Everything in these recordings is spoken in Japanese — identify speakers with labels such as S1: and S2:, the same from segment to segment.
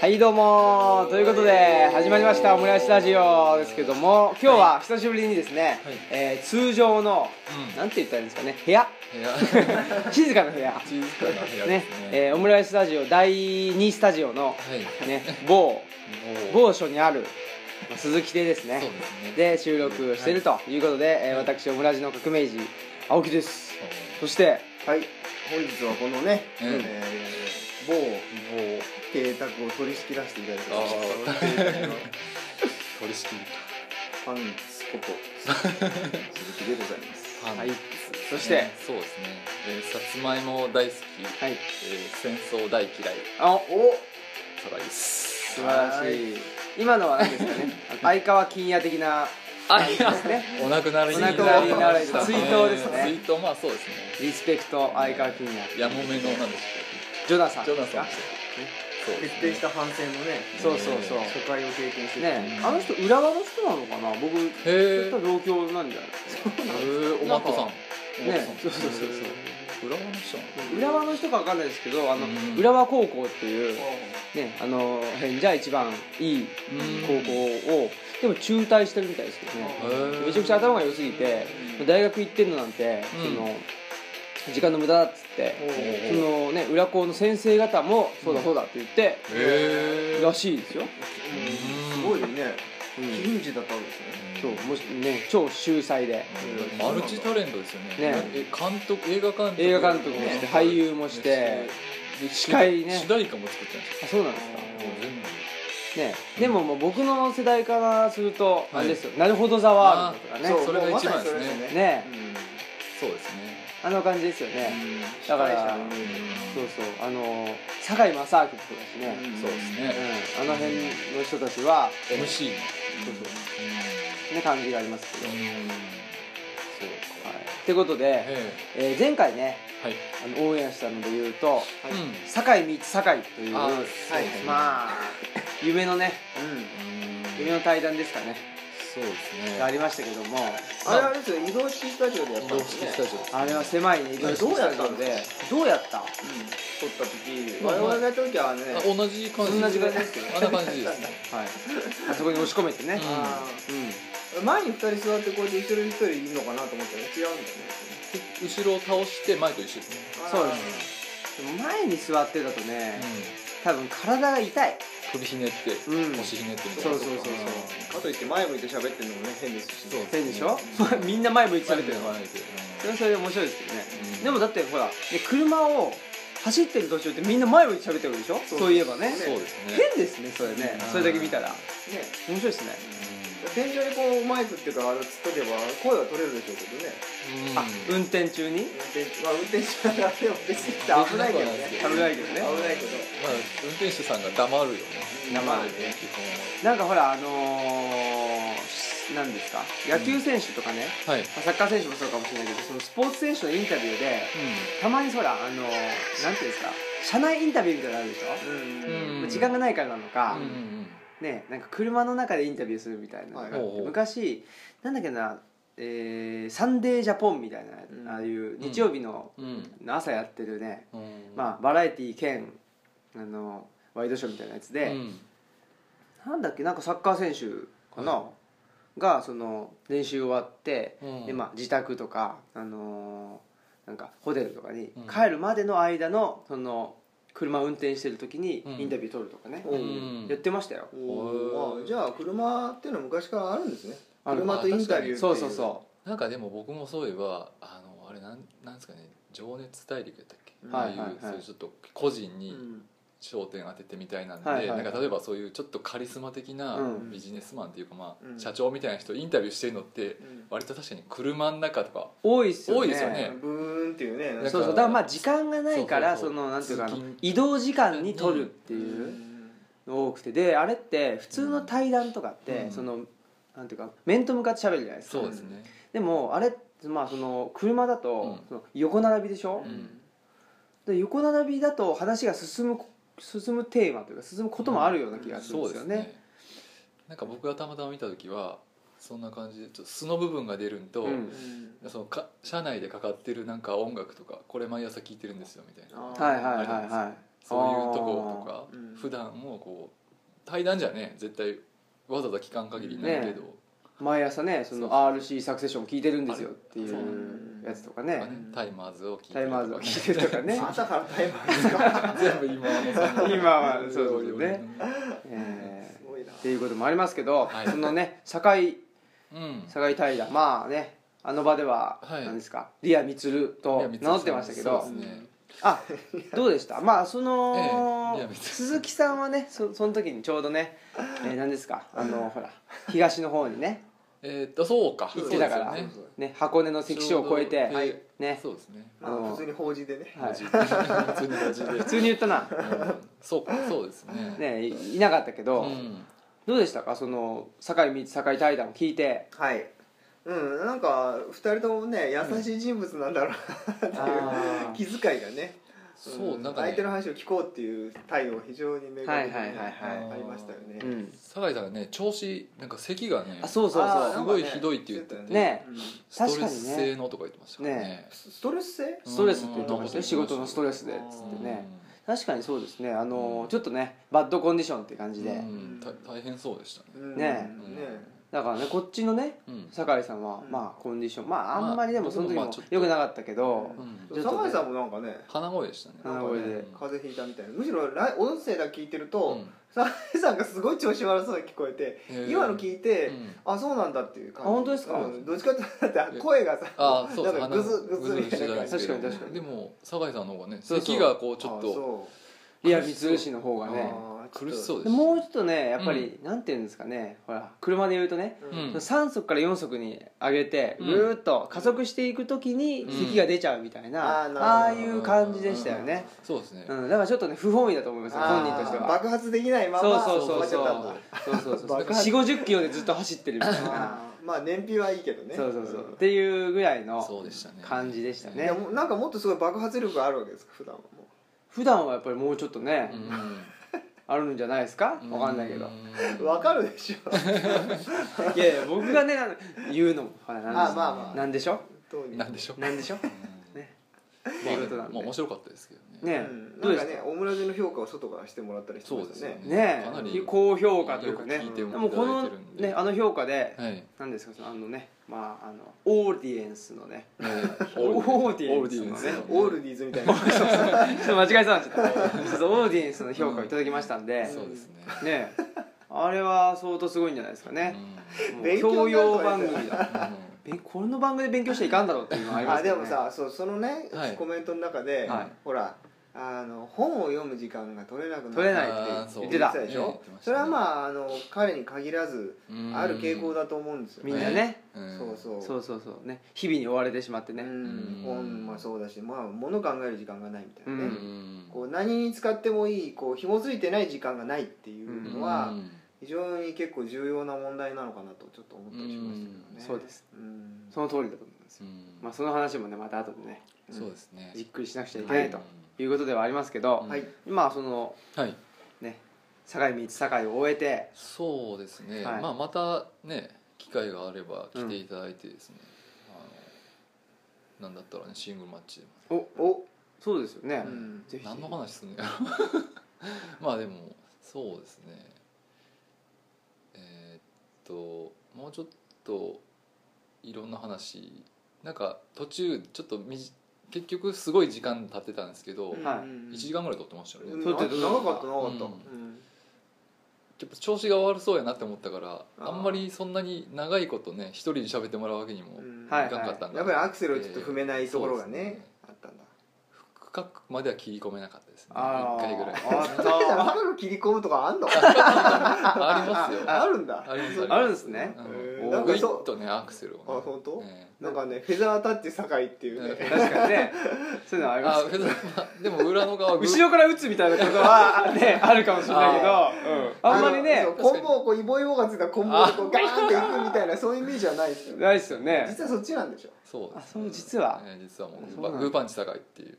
S1: はいどうもということで始まりましたオムライスラジオですけども今日は久しぶりにですね、
S2: はい
S1: えー通常の、
S2: うん
S1: なんて言ったらいいんですかね部屋
S2: 部屋
S1: 静かな部屋
S2: 静かな部屋で
S1: ね
S2: すね
S1: えーオムライスラジオ第2スタジオの、
S2: はい
S1: ね、某
S2: もう
S1: 某所にあるまあ鈴木亭です
S2: そう
S1: ね
S2: ですね
S1: で収録しているということで、えー私オムラジの革命児青木ですそして
S3: はい、本日はこのね、
S2: うん
S3: えー、某邸宅を取り仕切らせていただきま
S2: あー
S3: した邸宅の
S2: 取り仕切り
S3: パンツこと鈴木でございます
S2: パン
S1: はい
S2: ね
S1: そして、
S2: そうですねえーさつまいも大好き
S1: はい
S2: えー戦争大嫌い
S1: あお
S2: トライス
S1: 素晴らしい今のは何ですか ね相川金也的な
S2: あいや
S1: ですね
S2: お亡くなりに
S1: お亡くなりになられ
S2: りま
S1: た
S2: した
S1: 追悼ですね
S2: えー追悼まあそうですね
S1: リスペクト相川金也
S2: やもめのなんでし
S1: ジョナサ
S2: たっ
S1: ン
S2: けジョナ
S1: です
S2: サ
S1: か
S2: ンでしたっけそうですね
S3: 徹底した反省のね
S1: そうそうそう
S3: 初回を経験して
S1: ねあの人浦和の人なのかな僕そう
S2: へ
S1: い
S2: え
S1: った同郷なんじゃないですか
S2: おまこさんおまこさ
S1: ね
S2: ん
S1: そうそうそうそう
S2: 裏側の人なの
S1: 浦和の人かわかんないですけどあの、
S2: うん
S1: 浦和高校っていうねあの辺じゃ一番いい高校をでも中退してるみたいですけどねめちゃくちゃ頭が良すぎて大学行ってんのなんて、
S2: うん
S1: その時間の無駄だっつって
S2: お
S1: そのね裏校の先生方もそうだ
S2: うん
S1: そうだって言って、
S2: へえ
S1: らしいですよ、
S3: うんすごいねキンジだったんですね
S1: そうもしね超秀才で
S3: うん
S2: マルチタレントですよ
S1: ね
S2: ねえ監督映画監督
S1: 映画監督もして俳優もして
S2: で
S1: 司会ね
S2: 主題歌も作ってるんですよ
S1: あそうなんですか
S2: 全部
S1: ねでももう僕の世代からするとあれですよ、なるほどザワールドとかね
S2: あー
S3: う
S2: それが
S3: もうまさに
S2: 一番ですね
S3: それ
S1: ね
S2: そうですね
S1: あの感じですよね、
S3: うん
S1: だから
S3: 司会者のイメージ
S1: そうそうあのー堺正明とかですね、
S3: うん
S2: そうです
S1: うん
S2: ね
S1: あの辺の人たちは、
S2: MC
S1: そうそうね感じがありますけ
S2: う
S1: ど、
S2: ん
S1: はい、
S2: そうか
S1: ってことで、
S2: え
S1: えー前回ね
S2: えはい
S1: あのオンエアしたので言うと
S3: はい
S2: うん
S1: 堺道堺という
S2: あ
S3: はい
S1: まあ 夢のね
S3: うん
S1: 夢の対談ですかね
S2: そうですね
S1: がありましたけども
S3: あれあれですよ移動式スタジオでやっ
S2: 移
S3: た
S2: 動
S3: んです
S2: 式
S3: ね
S2: スタジオ
S1: あれは狭いね移動
S3: どうやった
S1: のでどうやった
S3: 撮った時
S2: まあ
S3: 我々がやった時はね
S2: あ同じ感じ
S1: 同じ感じですけど
S2: あんな感じですね
S1: はいあそこに押し込めてね
S3: あー
S1: うん
S3: 前に2人座ってこうやって後ろに1人いるのかなと思ったら違うんだよね
S2: 後ろを倒して前と一緒ですね
S1: そうですでも前に座ってだとね
S2: うん
S1: 多分体が痛い
S2: 首ひねって
S1: うん
S2: 腰ひねってみたい
S1: そう
S2: な
S1: そうそうそう
S3: かといって前向いて喋ってるのもね変ですし
S2: そう
S1: 変でしょ みんな前向いて
S2: さ
S1: 食
S2: れ
S1: べ
S2: て
S1: てる
S2: るの
S1: の
S2: は
S1: それはそれで面白いですけどね
S2: うん
S1: でもだってほらね車を走ってる途中ってみんな前向いて喋ってるでしょ
S3: そう
S1: そういえばね
S2: そうですね
S1: 変ですねそれね
S2: うん
S1: それだけ見たら
S3: ね
S1: 面白いですね
S3: 天井にこうマイクっていうかあれつっとけば声は取れるでしょうけどね
S2: うん
S1: あ運転中に
S3: 運転まあ運転手はでも別に危ないけど
S1: 危
S3: ね
S1: ないけどね
S3: 危ないけ
S2: ま
S3: ど
S2: あ運転手さんが黙るよね
S1: 黙る
S2: ね基
S1: な
S2: 本
S1: んかほらあのー、なんですか野球選手とかね、
S2: ははい
S1: まあサッカー選手もそうかもしれないけどそのスポーツ選手のインタビューでたまにほらあのー、なんていうんですか社内インタビューみたいなのあるでしょ、
S3: うん
S1: 時間がないからなのか、
S2: うんうん
S1: ねなんか車の中でインタビューするみたいなのがあって、
S2: はい
S1: 昔なんだっけな、えーサンデージャポン」みたいな、
S3: うん
S1: ああいう日曜日の,、
S2: うん
S1: 朝やってるね、
S2: うん
S1: まあ、バラエティー兼あのワイドショーみたいなやつで、
S2: うん
S1: なんだっけなんかサッカー選手かな、
S2: は
S1: がその練習終わって、
S2: うん
S1: でまあ、自宅とか、あのーなんかホテルとかに
S2: うん
S1: 帰るまでの間のその車運転してる時に
S2: うん
S1: インタビュー撮るとかね、
S3: うん
S1: やってましたよ、
S3: おーあじゃあ車っていうのは昔からあるんですね
S1: ある
S3: 車とインタビューってい
S1: そうそうそ
S2: なんかでも僕もそういえばあのあれなんなんですかね情熱大陸やったっけ
S3: うん
S2: ああい
S1: はいはいうはい
S2: そういうちょっと個人
S3: う
S2: に
S3: ん
S2: 焦点当ててみたいなん
S1: はい
S2: で
S1: はい
S2: なんか例えばそういうちょっとカリスマ的な
S1: うん
S2: ビジネスマンっていうかま
S3: うん
S2: あ社長みたいな人インタビューしてるのって
S3: うん
S2: 割と確かに車の中とか
S1: 多いっすよね
S2: 多いですよね
S3: ブーンっていうねなんか
S1: そうそうだからまあ時間がないからそ
S2: そ
S1: う
S2: そうそう
S1: のなんていうかあの
S2: 通勤
S1: 移動時間に撮るっていう、多くてであれって普通の対談とかって、
S2: うん
S1: そのなんていうか面と向かって喋るじゃないですか
S2: そうですね
S1: でもあれまあその車だと、
S2: うん
S1: その横並びでしょ
S3: う、ん
S1: で横並びだと話が進む進むテーマというか進むこともあるような気がするんで
S2: そう
S1: す
S2: で
S1: よ
S2: す
S1: ね,、
S2: ねなんか僕がたまたま見た時はそんな感じでちょっと素の部分が出るんと、
S1: うん
S2: そのか車内でかかってるなんか音楽とかこれ毎朝聴いてるんですよみたいな
S3: あー
S1: はいはいはいはい
S2: そういうとことか
S3: うん
S2: 普段もこう対談じゃね絶対わざわざ期間限りになるけど、
S1: 毎朝ねその
S2: そう
S1: RC サクセション聞いてるんですよってい
S2: そう
S1: うやつとか
S2: まあ
S1: ね
S2: ねタイマーズを聞いて
S1: タイマーズを聞いてるとか ね、
S3: 朝からタ イマーですか
S2: 全部今のその
S1: 今はそうそうそうね、え
S3: すごいな
S1: ーっていうこともありますけど、
S2: はい
S1: そのね堺
S2: うん
S1: 堺平まあねあの場では
S2: はい
S1: 何ですか、リア・ミツルと名乗ってましたけど
S2: そうですね
S1: あどうでしたまあそ
S2: ええ
S1: の
S2: リア・ミツル
S1: 鈴木さんはねそその時にちょうどね、えー、何ですかあのほら東の方にね
S2: えーっとそうか
S1: 行ってたから
S2: そうですよね
S3: そう
S1: ね箱根の関所を越えて、
S2: ちょうどえー
S1: ね
S2: そうですね
S1: あの
S3: 普通に法事でね
S1: はい
S2: 普通に同じで
S1: 普通に言ったな、
S2: うんそうかそうですね
S1: ね、いいなかったけ
S2: う
S1: ど、
S2: ん
S1: どうでしたかその堺道堺対談を聞いて
S3: はいうんなんか2人ともね優しい人物なんだろうな
S1: あ
S3: っ
S1: ー
S3: ていう気遣いがね
S2: そうなんかね
S3: 相手の話を聞こうっていう態度が非常に明確にね
S1: はいはいはい
S2: はい
S3: ありましたよね、
S1: うん、
S2: 酒井さんがね調子なんか咳がね
S1: あそうそう
S3: あー
S1: そ
S2: す
S1: う
S2: ごいひどいって言ってて
S3: なんか
S1: ね
S3: うん
S2: ストレス性のとか言ってましたから
S1: ね
S2: ね
S3: ストレス性
S1: ストレスって言ってました
S2: う
S1: ね
S2: ん
S1: 仕事のストレスでっつってね
S2: うん
S1: 確かにそうですねあのちょっとねバッドコンディションって感じで、
S2: うんた大変そうでしたね
S3: うん
S1: ね
S2: え
S3: ねえ
S1: だからねこっちのね
S2: うん
S1: 酒井さんは、
S3: うん
S1: まあコンディションまあ
S2: まあ
S1: あんまりでも
S2: 僕
S1: そ
S2: も
S1: の時も
S2: まあちょっと
S1: 良くなかったけど、
S2: うん
S1: ちょっとね
S3: 酒井さんもなんかね
S2: 鼻声でしたね
S3: なんか
S1: 鼻声で
S3: ね風邪ひいたみたいなむしろライ音声だけ聞いてる
S2: う
S3: と
S2: ん
S3: 酒井さんがすごい調子悪そうに聞こえて
S2: へー
S3: 今の聞いて
S2: うん
S3: あそうなんだっていう感じ
S1: あ本当ですか
S3: うんどっちかっていうとだって声がさ
S2: あーそう
S3: なんかぐずぐずり
S2: してたんですけど
S1: 確かに確かに
S2: でも酒井さんの方がね
S1: そうそう
S2: 咳がこうちょっと
S1: リア光氏の方がね
S2: 苦しそうう
S1: で
S2: で
S1: もうちょっとねやっぱり、なんていうんですかねほら車で言うとね、
S3: そう
S2: うん
S1: 3速から4速に上げて
S2: う
S1: ぐ
S2: ん
S1: ーっと加速していく時に
S2: うん
S1: 咳が出ちゃうみたいな、
S3: あーなるほど
S1: ああいう感じでしたよね、
S2: そうですね
S1: うん、だからちょっとね不本意だと思いますよ
S3: あー
S1: 本人としては
S3: 爆発できないま
S1: そう
S3: ま
S1: そうそう
S3: 終
S1: そう
S3: わっちゃったんだ
S1: そうそうそう
S3: 爆発
S1: 4 5 0キロでずっと走ってるみたいな
S3: あーまあ燃費はいいけどね
S1: そうそうそうっていうぐらいの
S2: そうでしたね
S1: 感じでした
S3: い
S1: ね
S3: やもうなんかもっとすごい爆発力があるわけですか普段はも
S1: 普段はやっぱりもうちょっとね、
S2: う
S1: あるんじゃないですか
S2: ん
S1: わかんないけど
S3: うわかるでしょ
S1: いやいや僕がねなん言うのもほらなんです
S3: あまあまあ
S1: なんでしょ
S3: どうに
S2: なんでしょう
S1: なんでしょ
S2: うん
S1: ね
S2: まあ
S1: ということなんで
S2: まあ面白かったですけどね
S1: ね
S3: うん
S1: どう
S3: な
S1: で
S3: んか
S1: すか
S3: ねオムラジの評価を外からしてもらったりしてま
S2: そうで
S3: し
S2: す
S3: た
S2: よ
S3: ね
S1: ね
S2: かなり
S1: 高評価というかね
S2: よく聞いて
S1: で
S2: も
S1: もこの
S2: いただいてるんで
S1: ねあの評価で
S2: はい
S1: 何ですかそのあのねまああのオーディエンスのね
S2: オー
S1: オーディエンスのね
S3: オールディーズみたいな
S1: ちょっと間違えそうになっちゃったちょっとオーディエンスの評価をいただきましたんで
S2: そうですね
S1: ねあれは相当すごいんじゃないですかねもう
S3: 勉強
S1: 教
S3: になると
S1: 養
S3: か言っ
S1: 番
S3: て
S1: 組だべこの番組で勉強しちゃいかんだろうっていうのはありま
S3: あ
S1: すけ
S3: で
S1: どね
S3: もさそうそのね、
S2: はい
S3: コメントの中で、
S1: はい
S3: ほらあの本を読む時間が取れなくなる
S1: 取れない
S3: 言ってたでし
S1: あー
S3: ょそれはまああの彼に限らずある傾向
S2: だ
S3: だと思うんですよ
S1: みんなね
S3: そうそう
S1: そうそうそうね日々に追われてしまって
S3: う
S1: ね
S3: ん
S2: うん
S3: 本もそうだしまあ物考える時間がないみたいなね、
S1: う
S3: こう何に使ってもいいこう紐づいてない時間がないっていうのは、非常に結構重要な問題なのかなとちょっと思ったりしましたけどね、
S2: うん
S1: そうです
S3: うん
S1: その通りだと思うんですよまあその話もねまた後でね
S2: そうですね
S1: じっくりしなくちゃいけないということではありますけ
S2: う
S1: ど
S2: ん
S3: はい
S1: まあその
S2: はい
S1: ね堺道堺を終えて
S2: そうですね、
S1: はい
S2: まあまたね機会があれば来ていただいてですね、あのなんだったらねシングルマッチでも
S1: お
S3: お、
S1: そうですよね
S3: うん
S1: ぜひ
S2: 何の話すんのやろ まあでもそうですねえーっともうちょっといろんな話なんか途中ちょっとみじ結局すごい時間経ってたんですけど、
S3: うん
S1: はい
S2: 1時間ぐらい撮ってましたよね、
S3: うん
S1: 撮ってた
S3: 長かった長かった、
S2: うん
S3: うん
S2: やっぱ調子が悪そうやなって思ったから
S3: あー
S2: あんまりそんなに長いことね一人で喋ってもらうわけにも
S3: うん
S1: はい
S2: いかんかったんだ
S3: やっぱりアクセルをちょっと踏めないところがね,、
S2: そうですね
S3: あったんだ
S2: 深くまでは切り込めなかったですね
S1: あ
S2: 一回ぐらい
S1: あ
S3: ハル切り込むとかあ んの
S2: あ りますよ
S3: ああるんだ
S2: あります
S1: あるんですね
S2: うん
S3: へ
S1: ー
S2: お
S1: なん
S2: グ
S1: か
S2: イ
S3: そう
S2: ッとねアクセルをね
S3: あ本当
S2: ええ
S3: なんかねフェザータッチ堺っていうね
S2: え
S1: 確かにねそういうのはありま
S2: あ
S1: す
S2: けどまあでも裏の側グ
S1: 後ろから打つみたいなことは ねあるかもしれないけどうんあんまりね
S3: のそうコンボをこうイボイボがついたコンボをこうガーンっていくみたいなそういうイメージはないで すよね
S1: ないですよね
S3: 実はそっちなんでしょ
S2: そうです
S1: あそう実は
S2: ええ実はも
S1: あ
S2: う
S1: そう
S2: バ
S1: なんだ
S2: グーパンチ高いっ ていうね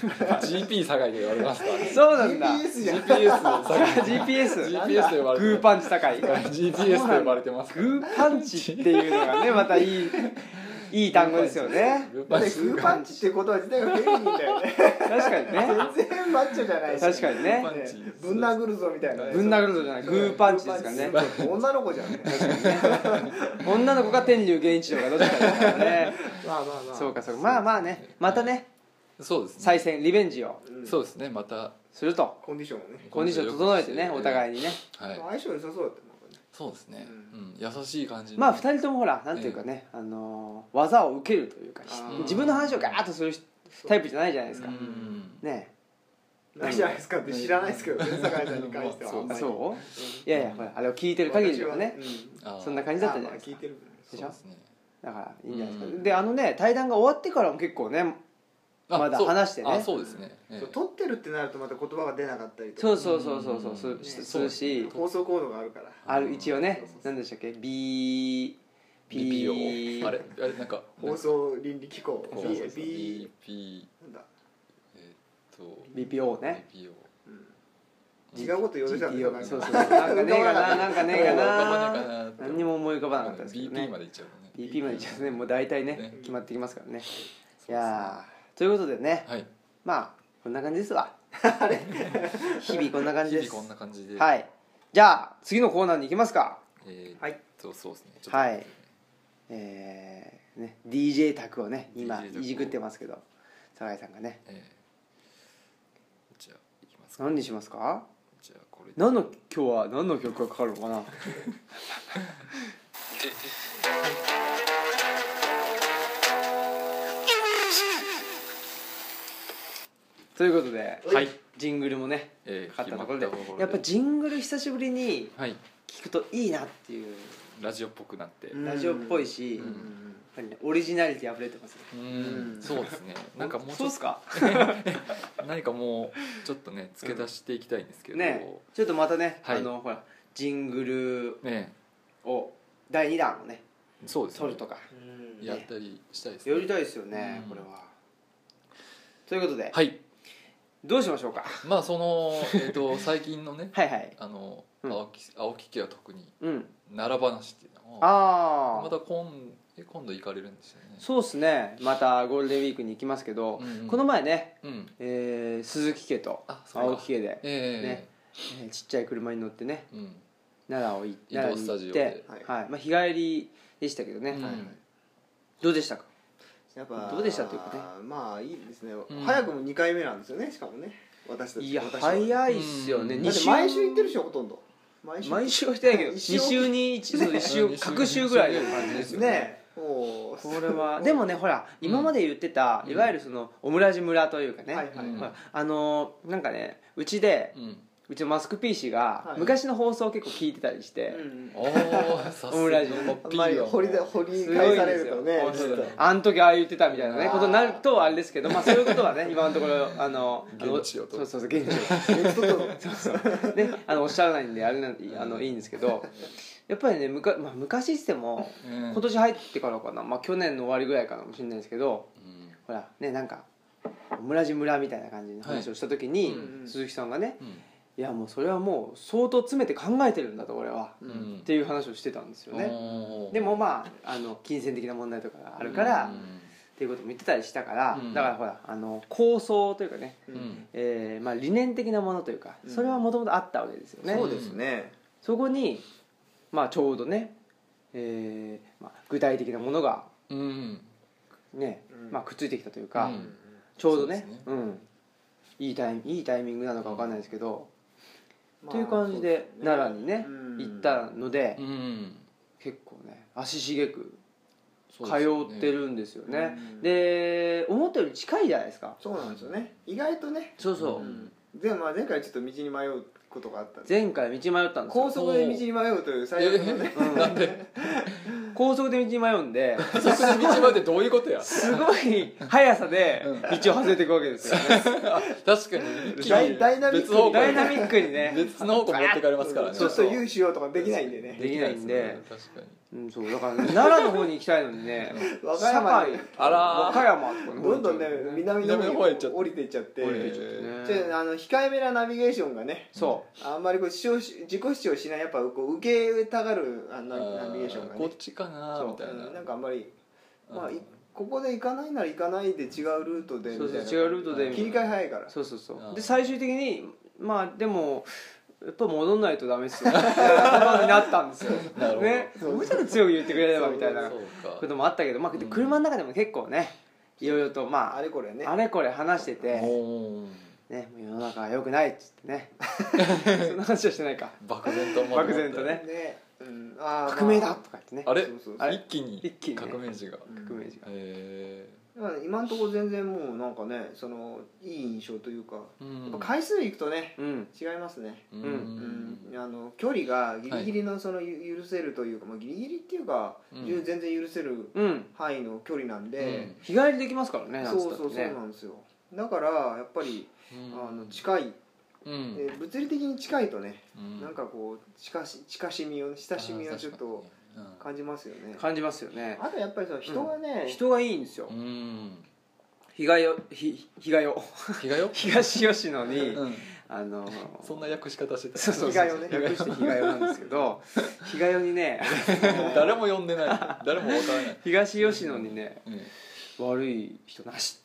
S2: GP 高いと言われますからね
S1: そうなんだ
S3: GPS じゃん
S2: GPS 高い
S1: GPS
S2: GPS と呼ばれて
S1: グーパンチ高い
S2: ます GPS と呼ばれてますから
S1: グーパンチっていうのがねまたいいいい単語ですよね
S2: ルパ
S3: だっ
S2: ン
S3: て
S2: ス
S3: グーパンチって言葉自体がフェミニンだよね
S1: 確かにね
S3: 全然マッチョじゃないし
S1: 確かにね
S2: パンチ
S3: ぶん殴るぞみたいなね
S1: ぶん殴るぞじゃないグーパンチですからね
S3: 女の子じゃんね
S1: 女の子か天竜源一郎かどっちかですからね
S3: まあまあまあ
S1: そうかそうかまあまあねまたね
S2: そうですね
S1: 再戦リベンジを
S3: うん
S2: そうですねまた
S1: すると
S3: コンディションもね
S1: コンディション整えてねお互
S2: い
S1: いにね
S2: はい
S3: 相性良さそうだったねなんかね
S2: そうですねうん優しい感じの
S1: まあ2人ともほらなんていうかねあのー技を受けるというかひ
S3: あー
S1: 自分の話をガーッとするタイプじゃないじゃないですか
S2: う
S3: 人
S2: ん
S1: ね
S3: ないじゃないですかって知らないですけどね酒井さんに関しては
S2: そう
S3: あん
S1: え
S3: まり
S1: そ
S3: うん
S1: ういやいやほらあれを聞いてる限りではね
S3: うん
S2: あー
S1: そんな感じだったじゃない
S3: あ
S1: で
S3: まあ
S1: す
S3: 聞い
S1: か
S3: てる
S1: でし
S2: そう
S1: ょ
S2: ですね
S1: だからいいんじゃないです
S2: う
S1: か
S2: ん
S1: であのね対談が終わってからも結構ね
S2: あ
S1: まだ
S2: そう
S1: 話してね
S2: あそうですねええ
S3: そう撮ってるってなるとまた言葉が出なかったりとか
S1: そうそうそうそうそう
S2: うん
S1: す
S3: ね
S1: するし
S3: 放送コードがあるから
S1: ある一応ね
S3: そうそうそう
S1: 何でしたっけ B
S2: BPO あれあれなんか
S3: 放送倫理機構
S2: こう
S3: B- B
S2: BP
S3: なんだ
S2: えーっと
S1: BPO ね
S2: BPO
S3: うん違うこと言おうとしたんだけど
S1: BPO そうそうそうなんかねえかななんかねえかな
S2: な
S1: 何にも思い浮かばなかったですけど
S2: BP
S1: ね
S2: までいっちゃうもんね
S1: BP まで一応ねもう大体ね
S2: ね
S1: 決まってきますからねいやーということでね
S2: はい
S1: まあこんな感じですわ 日々こんな感じ
S2: 日
S1: で
S2: 々
S1: す
S2: こんな感じで
S1: はいじゃあ次のコーナーに行きますか
S2: えーっ
S3: はい
S2: とそうですねちょっと
S1: はいえーね DJ 卓をね今
S2: DJ 卓を
S1: いじくってますけど酒井さんがね
S2: えーじゃあいきますか
S1: 何にしますか
S2: じゃあこれ
S1: 何の今日は何の曲がかかるのかなということで
S2: はい
S1: ジングルもね
S2: えー
S1: かかったところで
S2: 決まったところで
S1: やっぱジングル久しぶりに
S2: はい
S1: 聞くといいなっていう
S2: ラジオっぽくなって
S3: うん
S1: ラジオっぽいし、
S2: う
S1: やっ
S2: ん
S1: ぱりねオリジナリティ溢れてますね
S2: うんそうですねなんかもうち
S1: そう
S2: ょ
S1: っ
S2: っ
S1: すか
S2: と何かもうちょっとね付け出していきたいんですけど
S1: ねちょっとまたね、
S2: はい
S1: あのほらジング
S2: ね
S1: ルを第2弾をね
S2: そうですね
S1: 取るとか
S3: うん
S2: やったりしたいですね
S1: やりたいですよね、
S2: うん
S1: これはということで、
S2: はい
S1: どうしましょうか
S2: まあその えーっと最近のね
S1: はいはい
S2: あの
S1: うん
S2: 青木青木家は特に
S1: うん
S2: 奈良話っていうのを
S1: あ
S2: ま
S1: あ
S2: た今え今度行かれるんですよね
S1: そうっすねまたゴールデンウィークに行きますけど、
S2: うんうん
S1: この前ね、
S2: うん
S1: えー鈴木家と
S2: あそうか
S1: 青木家で、
S2: え
S1: えーちっちゃい車に乗ってね
S2: えうん
S1: 奈良を行
S2: 移動
S1: 奈良に行っ
S2: スタジオ
S1: て
S2: で、
S1: はい
S3: は
S1: まあ、日帰りでしたけどね、
S2: うん
S3: はいはい
S1: どうでしたか
S3: やっぱ
S1: どうでしたというかね
S3: まあいいですね
S2: ん
S3: 早くも2回目なんですよねしかもね私たち
S1: いや
S3: 私は
S1: 早いっすよね、
S2: うん
S1: 二
S3: だって毎週行ってるでしょほとんど毎週
S1: 毎週はしてないけど2
S3: 一週
S1: 週に一そう一週
S2: 二週
S1: 各週ぐらいの感じですよね
S3: ねえもう
S1: これは でもねほら今まで言ってた、
S2: うん
S1: いわゆるそのオムラジ村というかね、
S3: はいはい
S1: ほらあのーなんかねうちで
S2: うん
S1: うちのマスクピー氏が
S3: はい
S1: 昔の放送を結構聞いてたりして、
S3: うん
S2: お ーさす
S1: オムラジの
S2: が
S3: あんまり掘りだ掘り返されるとね
S1: すごいです
S3: ち
S1: よ
S3: ょっと
S1: あん時ああ言ってたみたいなね
S3: あー
S1: ことになるとあれですけどまあそういうことはね 今のところあのあの
S2: 現地をと
S1: そうそうそう現地
S3: ネットとの
S1: をねあのおっしゃらないんであれなんあのいいんですけどやっぱりねむか、まあ、昔っつっても
S2: 今
S1: 今年入ってからかな、まあ、去年の終わりぐらいかもしれないですけど
S2: うん
S1: ほらねなんか「村地村」みたいな感じの話をした時に、
S2: はい
S3: うん
S1: 鈴木さんがね
S2: うん
S1: 「いやもうそれはもう相当詰めて考えてるんだと俺は」
S3: うん
S2: うん
S1: っていう話をしてたんですよね。
S2: おー
S1: でもまああの金銭的な問題とかがあるから、
S2: う
S1: っ
S2: ん
S1: ていうことも言ってたりしたから、
S2: うん
S1: だからほらあの構想というかね、
S3: う
S2: うんん
S1: えーまあ、理念的なものというか
S3: うん
S1: それはもともとあったわけですよね。
S3: そうですね
S1: そこに、まあ、ちょうどね、えーまあ、具体的なものが、
S2: うん
S1: ね
S3: うん
S1: まあ、くっついてきたというか。
S2: うん
S1: ちょうどね
S2: そうですね
S1: うん、いいタイミいいタイミングなのかわかんないですけど、
S3: まあ
S1: という感じで
S3: そうすね
S1: 奈良にね、
S3: うん
S1: 行ったので、
S2: うん
S1: 結構ね足しげく
S2: そ
S1: 通
S2: う
S1: っ
S2: ですよね
S1: てるんですよね
S3: うん
S1: で思ったより近いじゃないですか
S3: そうなんですよね意外とね
S1: そうそう、
S3: うんでまあ前回ちょっと道に迷うことがあったんです
S1: 前回道迷ったんです
S3: 高
S1: よ
S3: 速で道に迷うという最悪のね
S1: なんで高速で道に迷うんで
S2: そこで道までどういうことや
S1: すごい速さで道を外れていくわけですよね
S2: 確かに一気
S3: ダイ
S2: に
S3: ダイナミックに
S2: 別方向
S1: ダイナミックにね
S2: 別の方向持ってかれますからね
S3: ちょっと
S1: そう
S3: 融資しようとかできないんでね
S1: できないんで
S2: きないすね確かに
S1: うん、そうだから、ね、奈良の方に行きたいのにね
S3: 和歌山
S1: 堺
S2: あらー
S1: 和歌山とかの方
S3: ど
S1: に行っちゃう
S3: んどんね南の
S2: 南の
S3: 方
S2: 方へ行っ
S3: に
S2: ちゃって
S3: 降りていっちゃって
S2: 降りていっちゃって
S1: ね
S3: ちょっとあの控えめなナビゲーションがね
S1: そ
S3: あんまりこう主張し自己主張しないやっぱこう受けたがるあのナナビゲーションが
S2: こ
S3: ね
S2: っちかな
S3: そう
S2: みたいな
S3: うんなんかあんまりまあいここで行かないなら行かないで違うルートでみた
S1: そ
S3: いうな
S1: そう違うルートで
S3: 切り替え早いから
S1: そうそうそううんで最終的にまあでもやっぱ戻んないとダメっすよ ってことになったんですよ
S2: なるほど
S1: ねもうちょっと強く言ってくれればみたいな
S2: そうか
S1: こともあったけど、まあ、車の中でも結構ねいろいろとまあ
S3: あれこれね
S1: あれこれ話してて、
S2: おー
S1: ね、もう世の中は良くないっつって ねそんな話はしてないか
S2: 漠然と思って
S1: 漠然とね
S3: ね、うん、あー
S1: 革命だ
S3: ま
S1: とか言ってね
S2: あれ
S3: そうそう
S1: そうあれ
S2: 一気に
S1: 一気にね
S2: 革命児が
S3: うん
S1: 革命児が
S2: へ
S3: まあ今のところ全然もうなんかねそのいい印象というか、
S2: えう
S3: やっ
S2: ん
S3: ぱ回数いくとね
S1: うん
S3: 違いますね
S2: う
S3: うん
S2: ん
S3: あの距離がギリギリのそのゆ許せるというか、まあ、ギリギリっていうか、
S2: うん
S3: ゆ全然許せる
S1: うん
S3: 範囲の距離なんで、
S1: 日帰りできますからねなんつ
S3: そ
S1: っ
S3: う
S1: た
S3: そう
S1: っ
S3: そう
S1: てね
S3: なんですよだからやっぱり、あの近い、
S2: うん
S3: えー物理的に近いとね、
S2: うん
S3: なんかこう近し近しみを親しみをちょっと
S2: あー確か
S3: 感じますよね
S1: 感じますよね
S3: あとやっぱりその人がね、
S1: 人がいいんですよ
S2: にうんうん
S1: 日帰りをひ日帰りを
S2: 日が よ
S1: 東吉野に
S2: うん
S1: あの
S2: そんな訳し方してた
S1: そうそう
S3: 日帰り
S1: そ
S3: を
S1: う
S3: ね
S1: 略して日帰りなんですけど日帰りにね
S2: 誰も呼んでない誰もわからない
S1: 東吉野にね
S2: うんうん
S1: 悪い人なし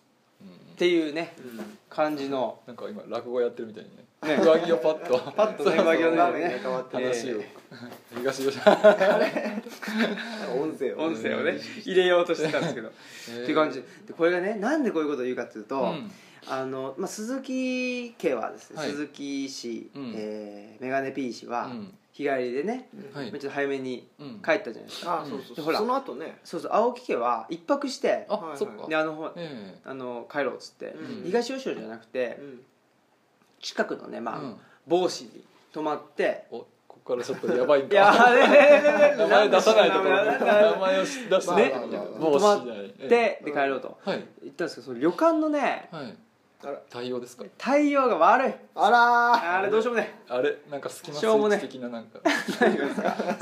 S1: っていうね
S3: うん
S1: 感じの
S2: なんか今落語やってるみたいにね
S1: ね
S2: 上着をパッと
S1: パッとね上着をね
S3: ラーメンね変わって
S1: え
S3: ね
S1: ー
S2: 話を東吉野
S3: 音声を
S1: 音声をね入れようとしてたんですけ どっていう感じでこれがねなんでこういうことを言うかっていうと、
S2: うん
S1: あのまあ、鈴木家はですね、
S2: はい
S1: 鈴木氏、
S2: うん
S1: えーメガネ P 氏は
S2: うん
S1: 日帰りでね、
S2: はい
S1: ちょっと早めに
S2: うん
S1: 帰ったじゃないですか、
S3: ああそうそ
S1: で
S3: うそう
S1: ほら
S3: その後ね
S1: そうそう青木家は一泊して
S2: あ、
S3: はいはい
S2: そっか
S1: であのほ
S2: え
S1: あの帰ろうっつって、
S3: うん
S1: 東吉野じゃなくて
S3: うん
S1: 近くのね、
S2: え
S1: まあ
S2: うん
S1: 帽子に泊まって、
S2: おここからちょっとやばいん
S1: いや
S2: か
S1: ーねねねねね
S2: 名前出さないところ
S1: 名前出さ
S2: で
S1: ない
S2: 名前を出して
S3: まあ
S2: ね
S3: まあまあまあ
S2: もうしないえ
S1: でで帰ろうと
S2: えはい
S1: 言ったんですけどその旅館のね
S2: はい
S3: あら
S2: 対応ですか
S1: 対応が悪い
S3: あらー
S1: あれどうしようもね
S2: あれなんかスキマスイ
S1: しょうも
S2: ッ
S1: ね
S2: チ的ななんか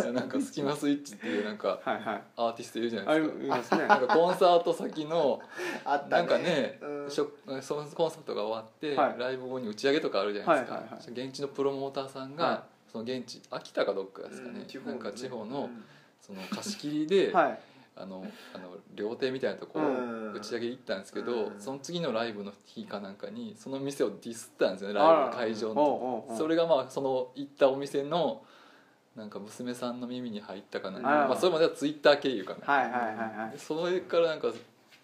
S2: いやなんかスキマスイッチっていうなんか
S1: はいはい
S2: アーティストいるじゃな
S1: あ
S2: い
S1: り
S2: ですか
S1: ますね
S2: なんかコンサート先の
S3: あったね
S2: なんかね
S3: うん
S2: しょそのコンサートが終わって、
S1: はい
S2: ライブ後に打ち上げとかあるじゃないですか、
S1: はいはいはい
S2: 現地のプロモーターさんが、
S1: は
S2: その現地秋田かどっかですかね、
S3: うん
S2: なんか地方の,、
S3: うん
S2: その貸し切り で、
S1: はい
S2: あのあの料亭みたいなとこ
S3: うん
S2: 打ち上げ行ったんですけど、
S3: うん
S2: その次のライブの日かなんかにその店をディスったんですよねライブ
S1: あ
S2: の
S1: ら
S2: 会場の。
S1: おうおうおう
S2: それがまあその行ったお店のなんか娘さんの耳に入ったかな、
S1: ん
S2: まあ、それまではツイッター経由かな、
S1: はいはいはいはい
S2: でそれからなんか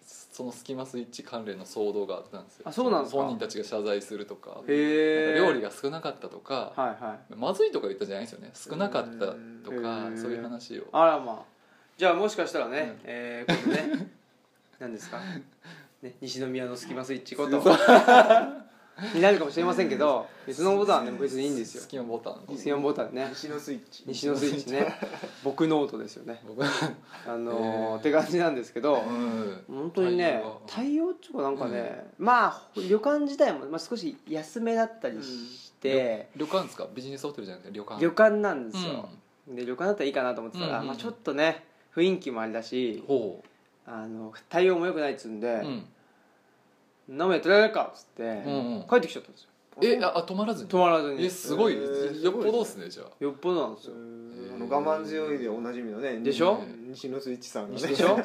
S2: そのスキマスイッチ関連の騒動があったんですよ
S1: あそうなんですか
S2: 本人たちが謝罪するとか
S1: へえ
S2: なんか料理が少なかったとか、
S1: はいはい
S2: まずいとか言ったんじゃないんですよね少なかったとか
S1: うん
S2: そういう話を
S1: あらまあじゃあもしかしたらね、
S2: うん
S1: えー、このね何ですか、ね、西宮のスキマスイッチことになるかもしれませんけど別のボタンはね別にいいんですよ
S2: スキマボタン
S1: 西のボタンね
S3: 西のスイッチ
S1: 西のスイッチね僕ノートですよね
S2: 僕う
S1: あのーって感じなんですけど
S2: ん
S1: 本当にね
S2: 対
S1: 対応っていうかなんかね、まあ旅館自体も、まあ、少し安めだったりして、
S2: 旅館ですかビジネスホテルじゃなくて旅館
S1: 旅館なんですよ、
S2: うん
S1: で旅館だったらいいかなと思ってたら、
S2: うんうん
S1: まあ、ちょっとね雰囲気もあれだし
S2: ほ
S1: あの対応も良くないっつうん
S2: う、
S1: で
S2: うん、
S1: 「飲め取られるか」っつって、
S2: んうん
S1: 帰ってきちゃったんですよ
S2: えああ泊まらずに
S1: 止まらずに
S2: えすごい
S3: えー
S2: よっぽどですねじゃあ
S1: よっぽどなんです
S3: う
S1: よ
S3: んあの我慢強いでおなじみのね
S1: でしょ
S3: 西のスイッチさんがね
S1: でしょ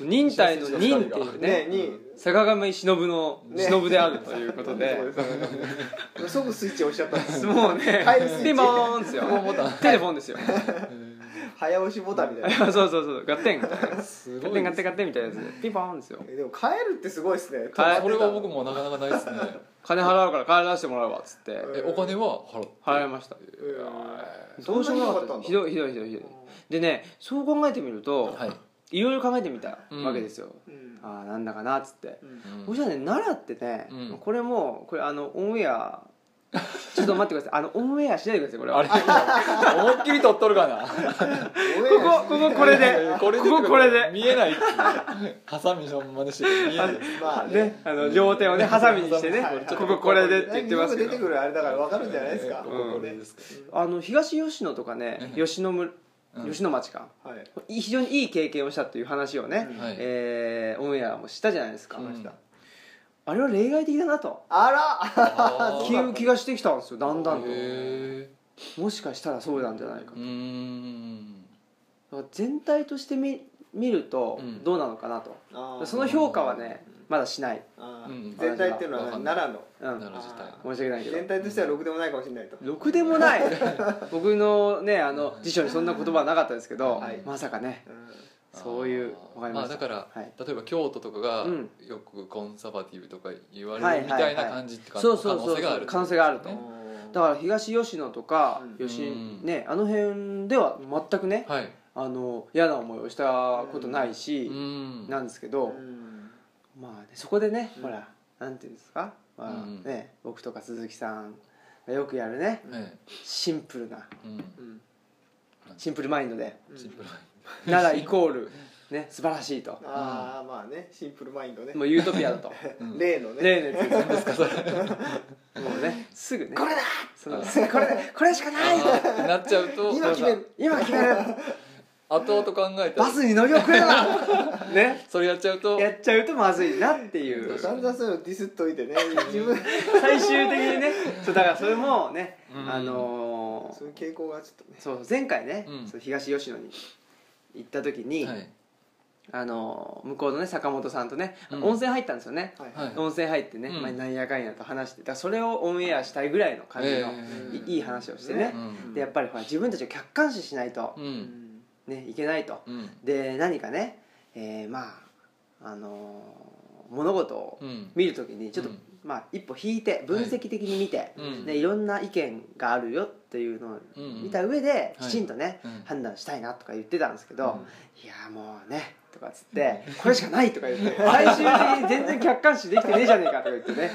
S1: 忍耐の忍っていう
S3: ね
S1: ね
S3: に
S1: 坂上忍の
S3: ね
S1: 忍であるということで、
S3: うん即スイッチ押しちゃったんです
S1: もうね
S3: 帰るスイッチ
S1: ピンポーンですよテレフォンですよ
S3: 早押しボタンみたいな
S1: そうそうそうガッテンみたいなガ
S2: す
S1: ッ
S2: ご
S1: テン
S2: い
S1: ガッテンガッテンみたいなやつでピンポーンですよ
S3: えでも帰るってすごいですね
S1: 帰る
S2: それは僕もなかなかないですね
S1: 金払うから帰らせてもらうわっつって
S2: えお金は払って
S1: 払いましたどうしようもなかったですひ
S3: そんな
S1: どいひどいひどいひどいでねそう考えてみると、
S2: はい
S1: い、ろいろ考えてみたわけですよ、
S3: うん
S1: ああなんだかなっつって、
S3: うん
S1: そしたらね奈良ってね、
S2: うん
S1: これもうこれあのオンエアちょっと待ってくださいあのオンエアしないでくださいこれは
S2: あれ思いっきり取っとるかな
S1: こここここれでこここれで
S2: 見えないっていう ハサミの真似してる見えない
S3: まあ
S1: ねあの両手をねハサミにしてね
S3: はいはい
S1: こここれでって言ってますけ
S3: よく出て
S1: ど
S3: くるあれだからわかるんじゃないですか
S2: こ
S1: うん
S2: ここれですか
S1: あの東吉野とかね
S2: うん
S1: 吉野村、
S2: うん
S1: 吉野町か
S3: はい
S1: 非常にいい経験をしたっていう話をね、
S3: うん
S2: はい
S1: えーオンエアもしたじゃないですか、
S2: うん
S3: した
S1: あれは例外的だなと
S3: あら
S2: あ
S1: 気
S2: ー
S1: 気がしてきたんですよだんだん
S2: へ
S1: と
S2: ー
S1: もしかしたらそうなんじゃないか
S2: うーん
S1: 全体としてみ見ると
S2: うん
S1: どうなのかなと、
S3: あー
S1: その評価はねまだしない、
S3: あー
S2: うん
S3: 全体っていうの
S2: わ
S3: は
S2: かんない
S3: 奈良の
S1: うん、
S2: なる自体
S3: あ
S1: 申し訳ないけど
S3: 全体としてはろくでもないかもしれないと
S1: ろくでも ない僕のねあの辞書にそんな言葉はなかったですけど、
S3: はい
S1: まさかね
S3: うん
S1: そういう
S2: あー
S1: わかりました
S2: あだから、
S1: はい
S2: 例えば京都とかが
S1: うん
S2: よくコンサバティブとか言わ
S1: はい
S2: れるみたいな感じってか
S1: そうそうそう
S2: 可能性がある
S1: 可能性があると
S2: ね
S1: だから東吉野とか
S3: うん
S1: 吉、
S2: うん
S1: ねあの辺では全くね
S2: はい
S1: あの嫌な思いをしたことないし、
S2: うん
S1: なんですけど、
S3: うん
S1: まあね、そこでね、
S3: うん
S1: ほらなんていうんですか、まあ
S2: うん
S1: ね、僕とか鈴木さんがよくやるね
S2: え
S1: シンプルな
S2: えうん
S3: うん
S1: シンプルマインドで
S3: うん
S2: シンプル
S1: 奈良イコール、ね、素晴らしいと
S3: ああまあねシンプルマインドね
S1: もうユートピアだと
S2: うん
S3: 例のね
S1: 例のやつですかもうねすぐね
S3: これだ
S1: そのこれだこれしかない
S2: あーってなっちゃうと
S3: 今決める
S1: 今決める
S2: 後々考えた
S1: バ
S2: ら
S1: スに乗り遅れるな ね
S2: それやっちゃうと
S1: やっちゃうとまずいなっていう
S3: だんだんそういうのディスっといてね自分
S1: 最終的にねそうだからそれもね、
S2: うん
S1: あのー
S3: そういう傾向がちょっとね
S1: そう前回ね、
S2: うん
S1: そう東吉野に行った時に、
S2: はい
S1: あの向こうのね坂本さんとね、
S2: うん
S1: 温泉入ったんですよね、
S3: はい
S2: はい
S1: 温泉入ってね、
S2: うん
S1: まあ、なんやかんやと話してだからそれをオンエアしたいぐらいの感じの、
S2: え
S1: いいい話をしてね
S2: えうん
S1: でやっぱりほら自分たちを客観視しないと
S2: う、
S3: うんん
S1: ね、いけないと
S2: うん
S1: で何かね、えーまあ、あのー物事を
S2: うん
S1: 見るときにちょっと、
S2: うん
S1: まあ、一歩引いて分析的に見て、い
S2: うん
S1: でいろんな意見があるよっていうのを
S2: うん
S1: 見た上で、
S2: はい
S1: きちんとね、
S2: うん
S1: 判断したいなとか言ってたんですけど、
S2: うん
S1: いやもうねとかっつってこれしかないとか言っ て最終的に全然客観視できてねえじゃねえかとか言ってね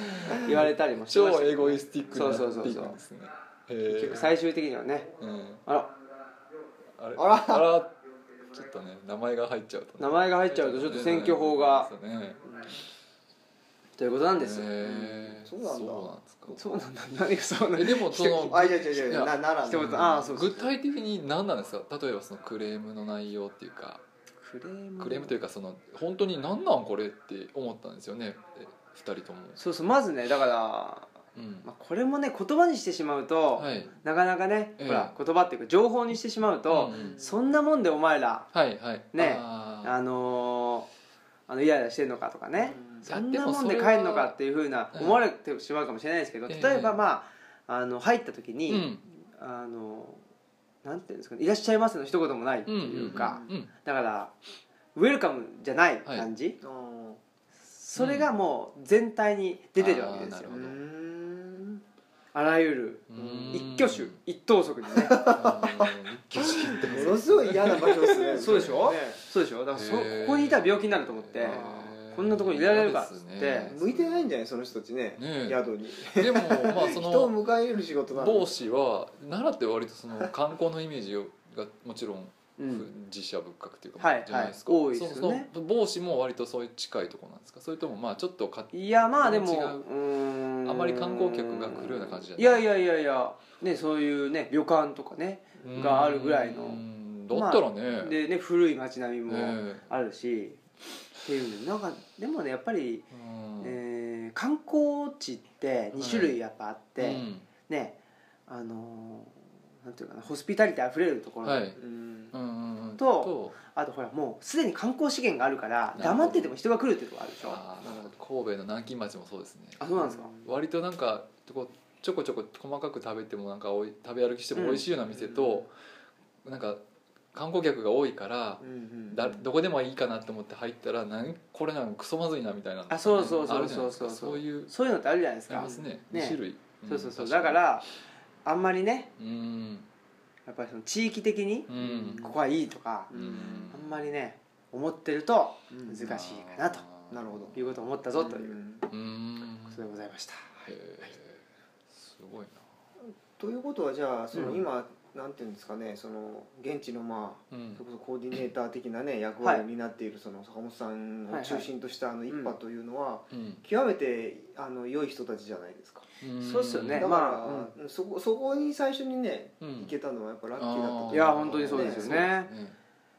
S1: 言われたりもしてました
S2: 超エゴイスティックにな
S1: そうそう
S2: って
S1: そうそ
S2: いく
S1: うん
S2: ですね
S1: 結
S2: へ
S1: 局最終的にはね
S2: えうん
S1: あら
S2: あれ
S3: あら
S2: あらちょっとね名前が入っちゃうとね
S1: 名前が入っちゃうとちょっと選挙法が
S2: そうね
S1: ということなんですよ、
S2: へえ
S3: そうなんだ
S2: ですか
S1: そうなんだ 何がそうなん
S2: え
S1: だ
S2: でもその
S3: あいやいやいやいや
S2: いや
S3: な奈
S1: 一
S3: 良
S1: 言
S3: の
S1: ああそうそう
S2: 具体的に何なんですか例えばそのクレームの内容っていうか
S1: クレーム
S2: クレームというかその本当に何なんこれって思ったんですよねえ二人とも、
S1: そうそうまずねだから、
S2: うん
S1: まあ、これもね言葉にしてしまうと、
S2: はい
S1: なかなかね、
S2: ええ
S1: ほら言葉っていうか情報にしてしまうと、
S2: うんうん
S1: そんなもんでお前ら
S2: はいはい
S1: ね
S2: あ
S1: あのーあのイライラしてんのかとかね、
S2: ん
S1: そんなもんで帰るのかっていうふうな
S2: うん
S1: 思われてしまうかもしれないですけど
S2: ええ
S1: 例えばまああの入った時
S2: ー
S1: に、
S2: うん
S1: あのなんていうんですかね「いらっしゃいませ」の一言もないって
S2: うん
S1: いうか、
S2: うん
S1: だからウェルカムじゃない感じ、
S3: うん
S1: それがもう全体に出てるわけですよ、
S2: うん
S3: うーん
S1: あらゆる
S2: うん
S1: 一挙手一投足 にね
S2: うん一挙手一投
S3: ものすごい嫌な場所ですね
S1: そうでしょ
S3: ね
S1: そうでしょだからそこ
S2: へえ
S1: こにいたら病気になると思って
S2: へー
S1: こんなとこにいられるかっつって
S2: 嫌ですね
S3: 向いてないんじゃないその人たちね
S2: ねえ
S3: 宿に
S2: でもまあそ
S3: 人を
S2: の
S3: 迎え入れる仕事なの
S2: 帽子は奈良って割とその観光のイメージがもちろん
S1: うん
S2: 自社仏閣っていう
S1: は
S2: か
S1: い
S2: じゃないですか、
S1: はい多いですよね
S2: そうそう帽子も割とそういう近いところなんですかそれともまあちょっとか
S1: いやまあでも
S2: 違う
S1: うーん
S2: あまり観光客が来るような感じじゃない
S1: いやいやいやいや、ね、そういうね旅館とかねがあるぐらいの
S2: うんだったらね、え
S1: でね古い街並みも
S2: え
S1: あるし、っていうんでなんかでもねやっぱり、
S2: うん
S1: えー観光地って2種類やっぱあって、
S2: うん
S1: ねあのーなんていうかなホスピタリティあふれるところ、
S2: はい
S3: うん
S2: うんうんうん
S1: とあとほらもうすでに観光資源があるから
S2: ほど
S1: 黙ってても人が来るってとこあるでしょあ
S2: あー神戸の南京町もそうですね
S1: そうなんですか
S2: 割となんかこうちょこちょこ細かく食べてもなんかおい食べ歩きしても美味しいような店と、なんか観光客が多いから
S3: うんうん
S2: だどこでもいいかなと思って入ったらなんこれなんかクソまずいなみたいなの
S1: あそうそうそう
S2: あるじゃないですか
S1: そうそうそう
S2: いう
S1: そういうのってあるじゃないです
S2: あり
S1: か、
S2: ますね
S1: ね
S2: 2種類
S1: そうそうそうんだか
S2: 確に
S1: らあんまりね
S2: うん
S1: やっぱりその地域的に
S2: うん
S1: ここはいいとか
S3: うん
S1: あんまりね思ってると
S3: うん
S1: 難しいかなと
S3: なるほど
S1: いうことを思ったぞといううん
S2: うん
S1: ことでございました、
S2: へえすごいな
S3: ということはじゃあそうの
S1: ん
S3: 今なんていうんですかねその現地のまあ
S2: うん
S3: それこそコーディネーター的なね役割を
S1: はい
S3: 担っているその坂本さんを中心としたあの一派というのは
S2: うん
S3: 極めてあの良い人たちじゃないですか
S2: ん
S1: そうっすよね
S3: だか
S1: ま
S3: らそこそこに最初にね
S2: うん
S3: 行けたのはやっぱラッキーだった
S2: あ
S3: と
S2: ー
S1: いや本当にそうですよね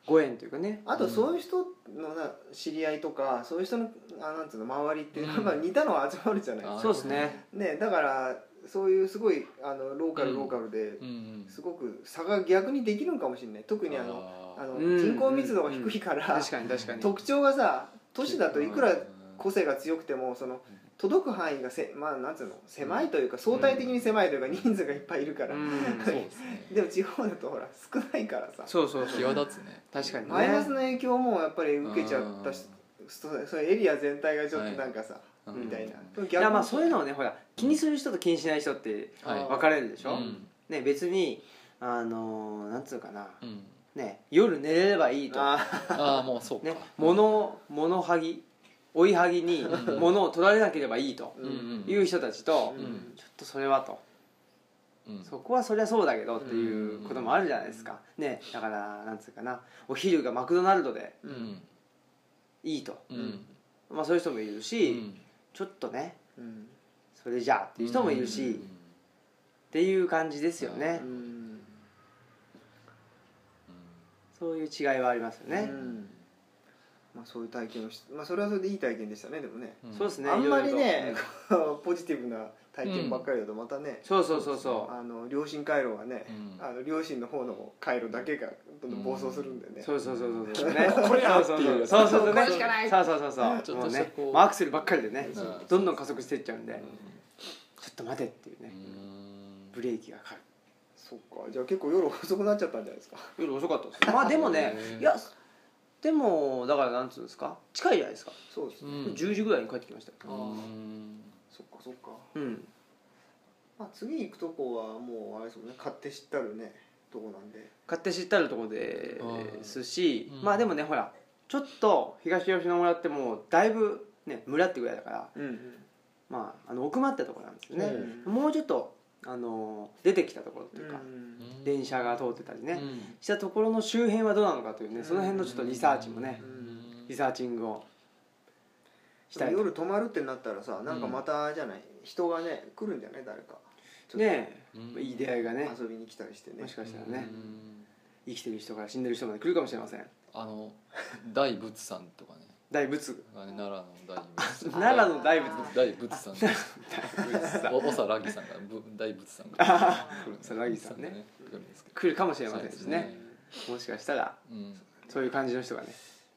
S1: ご縁というかね
S3: あとそういう人のな知り合いとかそういう人のあなんつうの周りってやっぱ似たのは集まるじゃないですか
S2: あー
S1: そうですね
S3: ねだからそういうすごいあのローカ
S2: う
S3: ル
S2: ん
S3: ローカルで
S2: うんうん
S3: すごく差が逆にできるのかもしれない特にあの
S2: あー
S3: あの
S1: うん
S3: 人口密度が低いから
S1: 確かに確かに
S3: 特徴がさ都市だといくら
S2: うん
S3: 個性が強くてもその届く範囲がせ、まあ、なんつうの狭いというか相対的に狭いというか人数がいっぱいいるから、
S1: うん
S2: そうですね
S3: でも地方だとほら少ないからさ
S1: そうそうそう
S2: 際立つね
S1: 確かにね
S3: マイナスの影響もやっぱり受けちゃったしそうそうエリア全体がちょっとなんかさ、
S2: うん
S3: みたいな逆
S1: いやまあそういうのをねほら気にする人と気にしない人って
S2: はい
S1: 分かれるでしょ、
S2: うん
S1: ね、別にあのーなんつうかな、
S2: うん
S1: ね、夜寝れればいいとか、
S3: あ
S2: ああもうそうか
S1: ね、物物はぎ追いはぎに
S2: うん
S1: 物を取られなければいいと
S3: ー
S2: うんうん
S1: いう人たちと、
S3: うん
S2: ん
S1: ちょっとそれはと
S2: うん
S1: そこはそりゃそうだけどっていうこともあるじゃないですか、ね、だからなんつうかなお昼がマクドナルドで
S2: う
S3: うんん
S1: いいと、
S2: うん
S1: まあ、そういう人もいる
S2: う
S1: し、
S2: ん
S1: ちょっとね
S3: うん
S1: それじゃあっていう人もいるし、
S2: う
S1: っ
S2: ん
S1: ていう感じですよね、
S3: うん
S1: そういう違いはありますよね、
S3: うんまあ、そういう体験をし、まあ、それはそれでいい体験でしたねでもね、
S2: うん
S1: そうですね
S3: あんまり
S1: いろい
S3: ね
S1: ろと
S3: ポジティブな体験ばっかりだとまたね、
S1: そうそうそうそう
S3: あの両親回路はね、
S2: うん
S3: あの両親の方の回路だけがどんどん暴走するんだよね、
S1: そうそうそうそうそうね
S2: これやっていう
S1: そうそうそうそう
S3: こ
S1: ね
S3: れしかない
S1: そうそうそうそう
S2: ちょっ
S1: も
S2: と
S1: う
S2: した
S1: ね
S2: こう
S1: もうアクセルばっかりでね
S2: うん
S1: どんどん加速していっちゃうんで、
S2: う
S1: ちょ
S2: ん
S1: っと待てっていうね、
S2: うん
S1: ブレーキがかかる
S3: そっかじゃあ結構夜遅くなっちゃったんじゃないですか
S1: 夜遅かったですまあでもね
S2: へー
S1: いやでもだからなんつうんですか近いじゃないですか、
S3: そうですね、
S2: うん
S1: 10時ぐらいに帰ってきましたよ
S2: うん
S3: そっかそっか、
S1: うん
S3: まあ、次行くとこはもうあれですもんね勝手知ったるねとこなんで
S1: 勝手知ったるところですし、
S2: うん
S1: まあでもねほらちょっと東吉野村ってもうだいぶね村ってぐらいだから
S3: うん
S1: まああの奥まったところなんですよね、
S3: うん
S1: もうちょっとあの出てきたところと
S3: う
S1: い
S3: ん
S1: うか、
S2: うん
S1: 電車が通ってたりね、
S2: うん
S1: したところの周辺はどうなのかというねその辺のちょっとリサーチもね
S3: う、
S2: ん
S1: リサーチングをしたいと
S3: 夜泊まるってなったらさなんかまたじゃない、人がね来るんじゃない誰か
S1: ね
S2: うん
S1: えいい出会いがね
S3: 遊びに来たりしてね
S1: もしかしたらね
S2: うん
S1: 生きてる人から死んでる人まで来るかもしれません
S2: あの大仏さんとかね
S1: 大仏
S2: あれ奈良の大仏さん
S1: 奈良の大仏
S2: 大仏さんおおさらぎさんがぶ大仏さんが来る
S1: おさらぎさんね
S2: 来るんですけ
S1: 来るかもしれ
S2: ど
S1: ませんしねもしかしたら
S2: うん
S1: そういう感じの人がね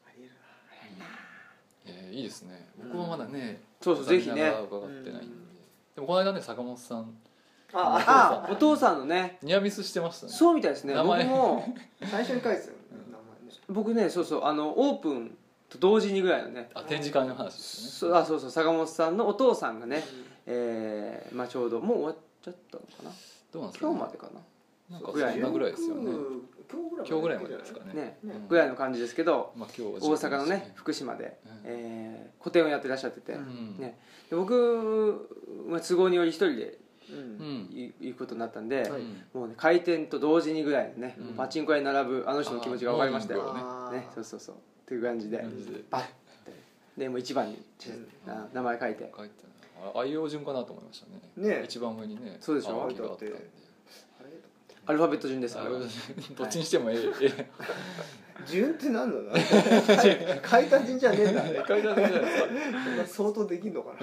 S3: ありえるな
S2: えーいいですね僕もまだね
S1: そうそうぜひね
S2: 伺ってないんででもこの間ね坂本さん
S1: ああお父さんのね
S2: ニアミスしてましたね
S1: そうみたいですね
S2: 名
S1: 僕
S2: 前
S1: も
S3: 最初に書いてたよね名
S1: 僕ねそうそうあのオープンと同時にぐらいのね
S2: あ展示会の話です
S1: そ
S2: よ
S1: う
S2: ね
S1: あそうそう坂本さんのお父さんがね
S3: 前ね、
S1: えーまあちょうどもう終わっちゃったのかな
S2: どうなんですか
S1: 今日
S2: ね
S1: までか
S2: なんか
S1: ぐらい
S2: そんなぐらいですよね
S3: 今日
S2: 今日
S3: ぐ
S2: ぐ
S3: ら
S2: ら
S3: い
S2: いま
S3: ま
S2: で
S3: でで
S2: ですす
S3: か
S2: か
S1: な
S2: ね
S1: ね
S3: うん
S1: ぐらいの感じですけど
S2: まあ今日は
S1: 大阪のね福島で、えー個展をやってらっしゃってて、
S3: う
S1: ねで僕は都合により一人で
S3: う
S2: うんん
S1: い行くことになったんで、
S3: はい
S1: もうね開店と同時にぐらいのね、
S2: うん
S1: パチンコ屋に並ぶあの人の気持ちが分かりました
S2: あ
S1: よ、
S2: ー
S3: あー
S1: ね、そうそうそうっていう感じで、
S2: 感じで
S1: バッてでもう一番にちょっとな名前書いて
S2: 書いてあるあ愛用順かなと思いましたね
S3: ね
S2: 一番上にね
S1: そうでしょ
S2: 青木があったんで
S3: 書いてあれ
S1: アルファベット順です
S2: あ
S1: あれは
S2: どっちにしてもええええ
S3: 順ってなんだな書いた順じゃねえんだ ね
S2: 書いてあるじゃないですか
S3: 相当できんのか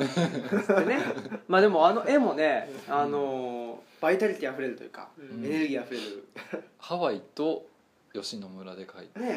S3: な
S1: でねまあでもあの絵もね、あのーバイタリティあふれるというか、
S3: うん
S1: エネルギーあふれる
S2: ハワイと吉野村で書いてるや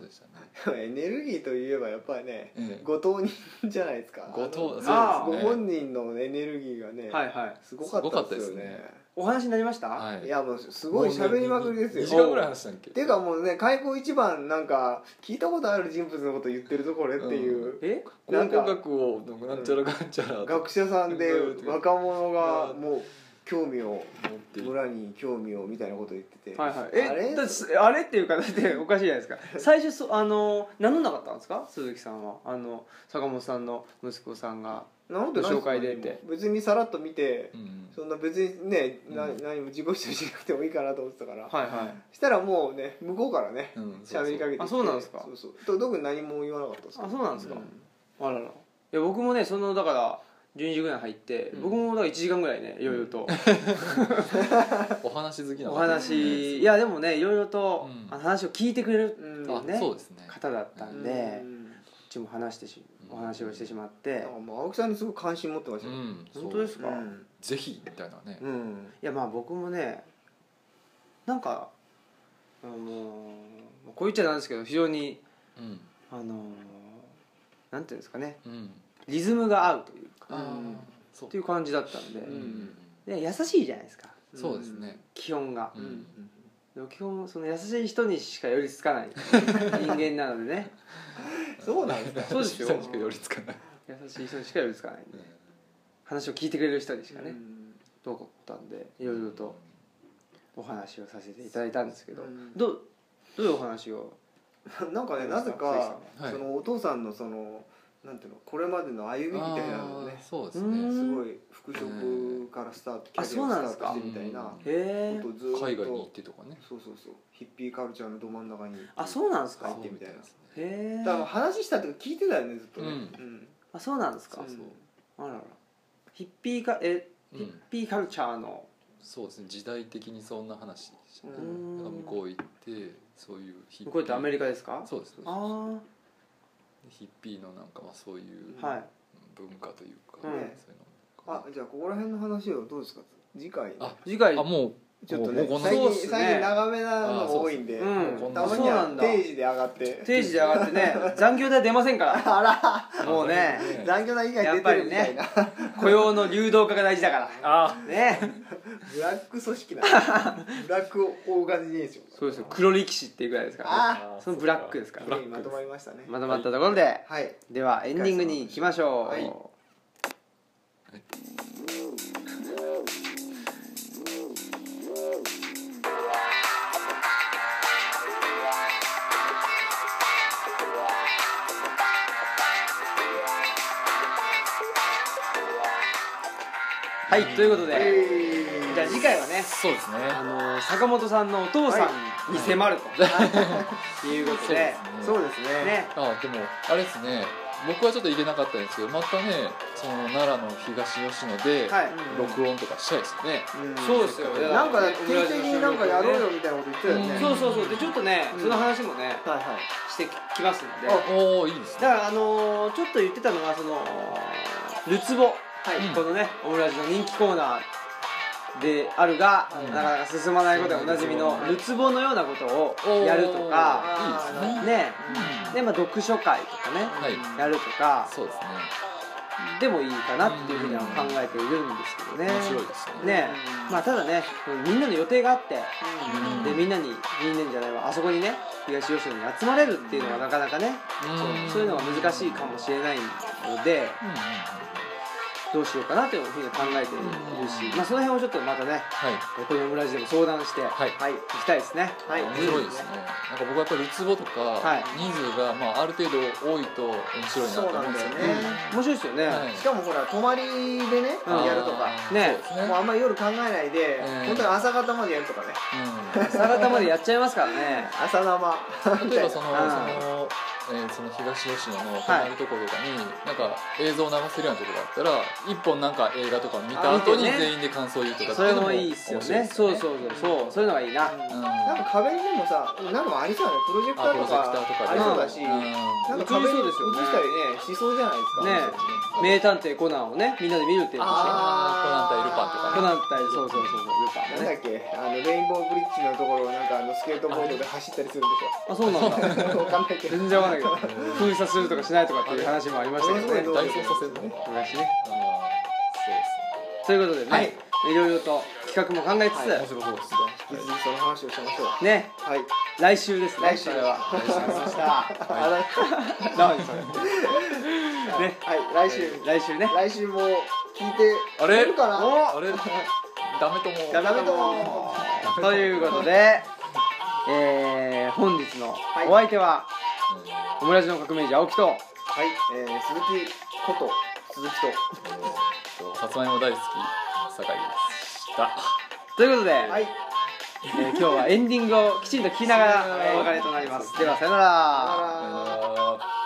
S2: つでしたね
S3: エネルギーといえばやっぱりね
S2: ええ
S3: ご当人じゃないですか
S2: ご当
S3: あの
S1: あ
S2: そうですね
S3: ご本人のエネルギーがね、
S1: はいはい
S3: すごかったですよね
S2: すご
S1: お
S2: かっ
S1: 話になりました、
S2: はい
S3: やもうすごい喋りまくりですよ
S2: 2時間ぐらい話したんけ
S3: ていうかもうね開口一番なんか聞いたことある人物のこと言ってるぞこれっていう、
S1: え
S2: 考古学をなんちゃらかんちゃら持っ
S3: 学者さんで
S2: うん
S3: 若者がもう興味を
S2: て
S3: 村に興味をみたいなこと言ってて、
S1: はいはい、
S3: あれ
S1: えだすあれっていうかだっておかしいじゃないですか 最初そあの名乗んなかったんですか鈴木さんはあの坂本さんの息子さんが
S3: なんでない
S1: ご紹介でって
S3: 別にさらっと見て
S2: うん
S3: そんな別にね、な
S2: うん
S3: 何も自己主張しなくてもいいかなと思ってたか
S1: は
S3: ら、
S1: いはい
S3: したらもうね向こうからね
S2: うんそう
S3: 喋りかけてきて
S1: あそうなんですか
S3: そうそうと特に何も言わなかったです
S1: あそうなんですか、
S2: うん
S1: あららいや僕もねそのだから12時ぐらいに入って、
S2: うん
S1: 僕もだから1時間ぐらいねいろいろと
S2: お話好きな
S1: お
S2: の
S1: 話いやでもねいろいろと
S2: うん
S1: あの話を聞いてくれる
S3: うん
S2: あ
S1: ね
S2: そうですね
S1: 方だったんで、
S3: う
S1: こ
S3: ん
S1: っちも話してし
S2: う
S1: お
S2: ん
S1: 話をしてしまっ
S3: な
S1: て
S3: んか、もう青木さんにすごい関心持ってまし
S2: う
S3: たよ、
S2: ん
S1: 本当ですすか、
S3: うん
S2: ぜひみたいなね、
S3: うん
S1: いやまあ僕もねなんかあのーこう言っちゃなんですけど非常に
S2: うん
S1: あのーなんていうんですかね
S2: うん、
S1: リズムが合うというか
S2: あー
S3: うん
S2: そう
S1: っていう感じだったんで,、
S2: うんうん
S1: で優しいじゃないですか
S2: うんそうですね、
S1: 基本が
S2: う、ん
S1: でも基本その優しい人にしか寄りつかない人間なのでね
S3: そうなんですか
S1: そうですよ
S2: 人にしか寄りつかない、
S1: 優しい人にしか寄りつかないんで話を聞いてくれる人にしかね、
S3: うん
S1: どうかったんでいろいろとお話をさせていただいたんですけど、
S3: うん
S1: どうどういうお話を
S3: なんかねな
S1: 鈴木さ
S3: ぜ
S1: ん
S3: か
S1: は
S2: はい
S3: そのお父さんのそのなんていうのこれまでの歩みみたいなのをね
S2: あーそうです
S1: うん
S2: ね
S3: すごい服飾からスタートキ
S1: あ
S3: ャリ
S1: そう
S3: ア
S1: なんで
S3: ス
S1: す
S3: タ
S1: か
S3: ートしてみたいなこ
S2: うん
S1: へえ
S3: とをずっと
S2: 海外に行ってとかね
S3: そうそうそうヒッピーカルチャーのど真ん中に
S1: あそうなんです
S3: 入
S1: か
S3: ってみたいな
S2: そうですね
S1: へえ
S3: だから話したって聞いてたよねずっとね
S2: うん
S3: うん
S1: あそうなんですか
S3: そう
S2: そう
S1: あららヒッピーかえヒ
S2: う
S1: ッ
S2: ん
S1: ピーカルチャーの
S2: そうですね時代的にそんな話でしたね
S3: う
S2: だ
S1: ん
S2: から向こう行ってそういうヒ
S1: 向こうってアメリカですか
S2: そうですそうです
S1: ああ
S2: ヒッピーのなんかまあそういう
S3: うん
S1: はい
S2: 文化というか、
S1: うん
S2: そういうの
S3: あじゃあここら辺の話をどうですか次回
S2: あ
S1: 次回
S2: あもう
S3: ちょっと
S2: も
S3: ね
S2: うこんな
S3: 最
S1: そうっ
S3: 近
S1: すね
S3: 最近長めなのが多いんで
S1: あーそう
S2: そううん
S3: たまに
S1: そう
S3: は
S1: なんだ
S3: 定時で上がって
S1: 定時で上がって ね残業代出ませんから
S3: あ
S1: もうね
S3: ら残業代以外出てるみたいな
S1: 雇用の流動化が大事だから
S2: あ
S1: ね
S3: ブラック 組織だブラックオーガニゼーション
S1: そうですよ黒力士っていうぐらいですから、ね、
S3: あ
S1: そのブラックですから
S3: ブラックまとまりましたね
S1: まとまったところで、
S3: はい
S1: ではエンディングに行きましょう、
S3: はい
S1: はいということで、
S3: え
S1: じゃあ次回はね
S2: そうですね
S1: あの坂本さんのお父さんに迫ると、 い、うこ
S2: そ
S1: とで
S2: うです
S3: ー
S2: ね
S3: そうですね
S1: ね
S2: あでもあれですね僕はちょっと行けなかったんですけどまたねその奈良の東吉野で
S1: はい
S2: 録音とかしたいですね、
S3: うん
S1: そうですよ
S3: なんか定期的になんかやろうよみたいなこと言ってたよね
S2: うん
S1: そうそうそうでちょっとね、
S3: うん
S1: その話もね
S3: はいはい
S1: してきますんで
S3: あ
S1: だか
S2: おおいいですね
S1: らあのーちょっと言ってたのがそのルツボ、
S2: い
S1: このねオムラジの人気コーナーであるが、
S2: うん
S1: なかなか進まないことでおなじみの
S2: はい
S1: ルツボのようなことをやるとか
S2: おーいいですね
S1: ね
S2: うん
S1: で、まあ、読書会とかね、
S2: はい
S1: やるとか
S2: そうですね
S1: でもいいかなっていうふうには考えているんですけどね
S2: 面白いですね
S1: ね
S3: うん
S1: まあただねみんなの予定があって
S2: うん
S1: でみんなにみんなにじゃないわあそこにね東吉野に集まれるっていうのはなかなかね
S2: うん
S1: そういうのが難しいかもしれないので
S2: うんうんうん
S1: どうしようかなというふうに考えているしまあその辺をちょっとまたね
S2: はい
S1: このオムラジでも相談して
S2: はい
S1: はい行きたいですね
S3: はい
S2: 面白いですね。なんか僕はやっぱりルツボとか、
S1: はい
S2: 人数がまあある程度多いと面白いなと思うんですよ
S3: そ
S2: ね
S3: うなんだよね。
S1: 面白いですよね
S2: はい
S3: しかもほら泊まりでね
S1: うん
S3: やるとか
S2: あー
S1: ね
S2: そうです
S3: もうあんまり夜考えないで
S2: うん
S3: 本当に朝方までやるとかね
S1: 朝方までやっちゃいますからね
S3: 朝生
S2: うん
S3: み
S2: 例え
S3: た
S2: ば
S3: いな
S2: そのそ
S1: あー
S2: の。えー、その東吉野の隣のところとかに、なんか映像を流せるようなところがあったら一本なんか映画とか見た後に
S1: あ見てね
S2: 全員で感想を言うとかって
S1: そ
S2: い
S1: れ
S2: うの
S1: も
S2: も
S1: いいっ
S2: 面
S1: すよ
S2: 白いです
S1: ねそうそうそうそうそういうのがいいな
S2: うん
S3: なんか壁にでもさなんかありそうだねプロジェクタ
S2: あプ
S3: ー
S2: ロ
S3: と
S2: ジェクターと
S3: か
S2: か
S3: あ
S2: で
S3: りそうだし
S2: うん
S3: なんか壁
S1: 映りそう
S3: に映
S1: ですよね
S3: したりねしそうじゃないですか
S1: ね名探偵コナンをねみんなで見るっていう話
S2: あーコナン対ルパンとかね
S1: コナン対そうそうそうそうルパン
S3: な
S1: ね
S3: んだっけあのレインボーブリッジのところをなんかあのスケートボードで走ったりす るん
S1: あそうなんだ
S3: でしょわかんないけど
S1: 全然わかんないけど封鎖するとかしないとかっていう話もありましたけどね
S3: あれ
S2: 大
S3: すごい
S2: 捜査線とか、
S1: 昔ね
S2: あー
S1: と
S2: そうですね
S1: いうことでね、
S3: はい
S1: い、ろいろと企画も考えつつ、
S2: 面白そうですね
S3: 引き続きその話をしましょう
S1: ね
S3: はい
S1: 来週ですね
S3: 来週
S1: それは
S3: 来週でしたあら
S1: 何それね
S3: はい来週
S1: 来週ね
S3: 来週も聞いて
S2: あれ
S3: くるかな
S2: あれダメとも
S3: ダメとも
S1: ということで、えー、本日のお相手は、オムラジの革命児青木と
S3: はい、えー、鈴木こと鈴木と
S2: さつまいも大好き酒井でした
S1: ということで、
S3: はい
S1: えー今日はエンディングをきちんと聞きながらお別れとなりますではさよなら
S3: あら
S2: さよなら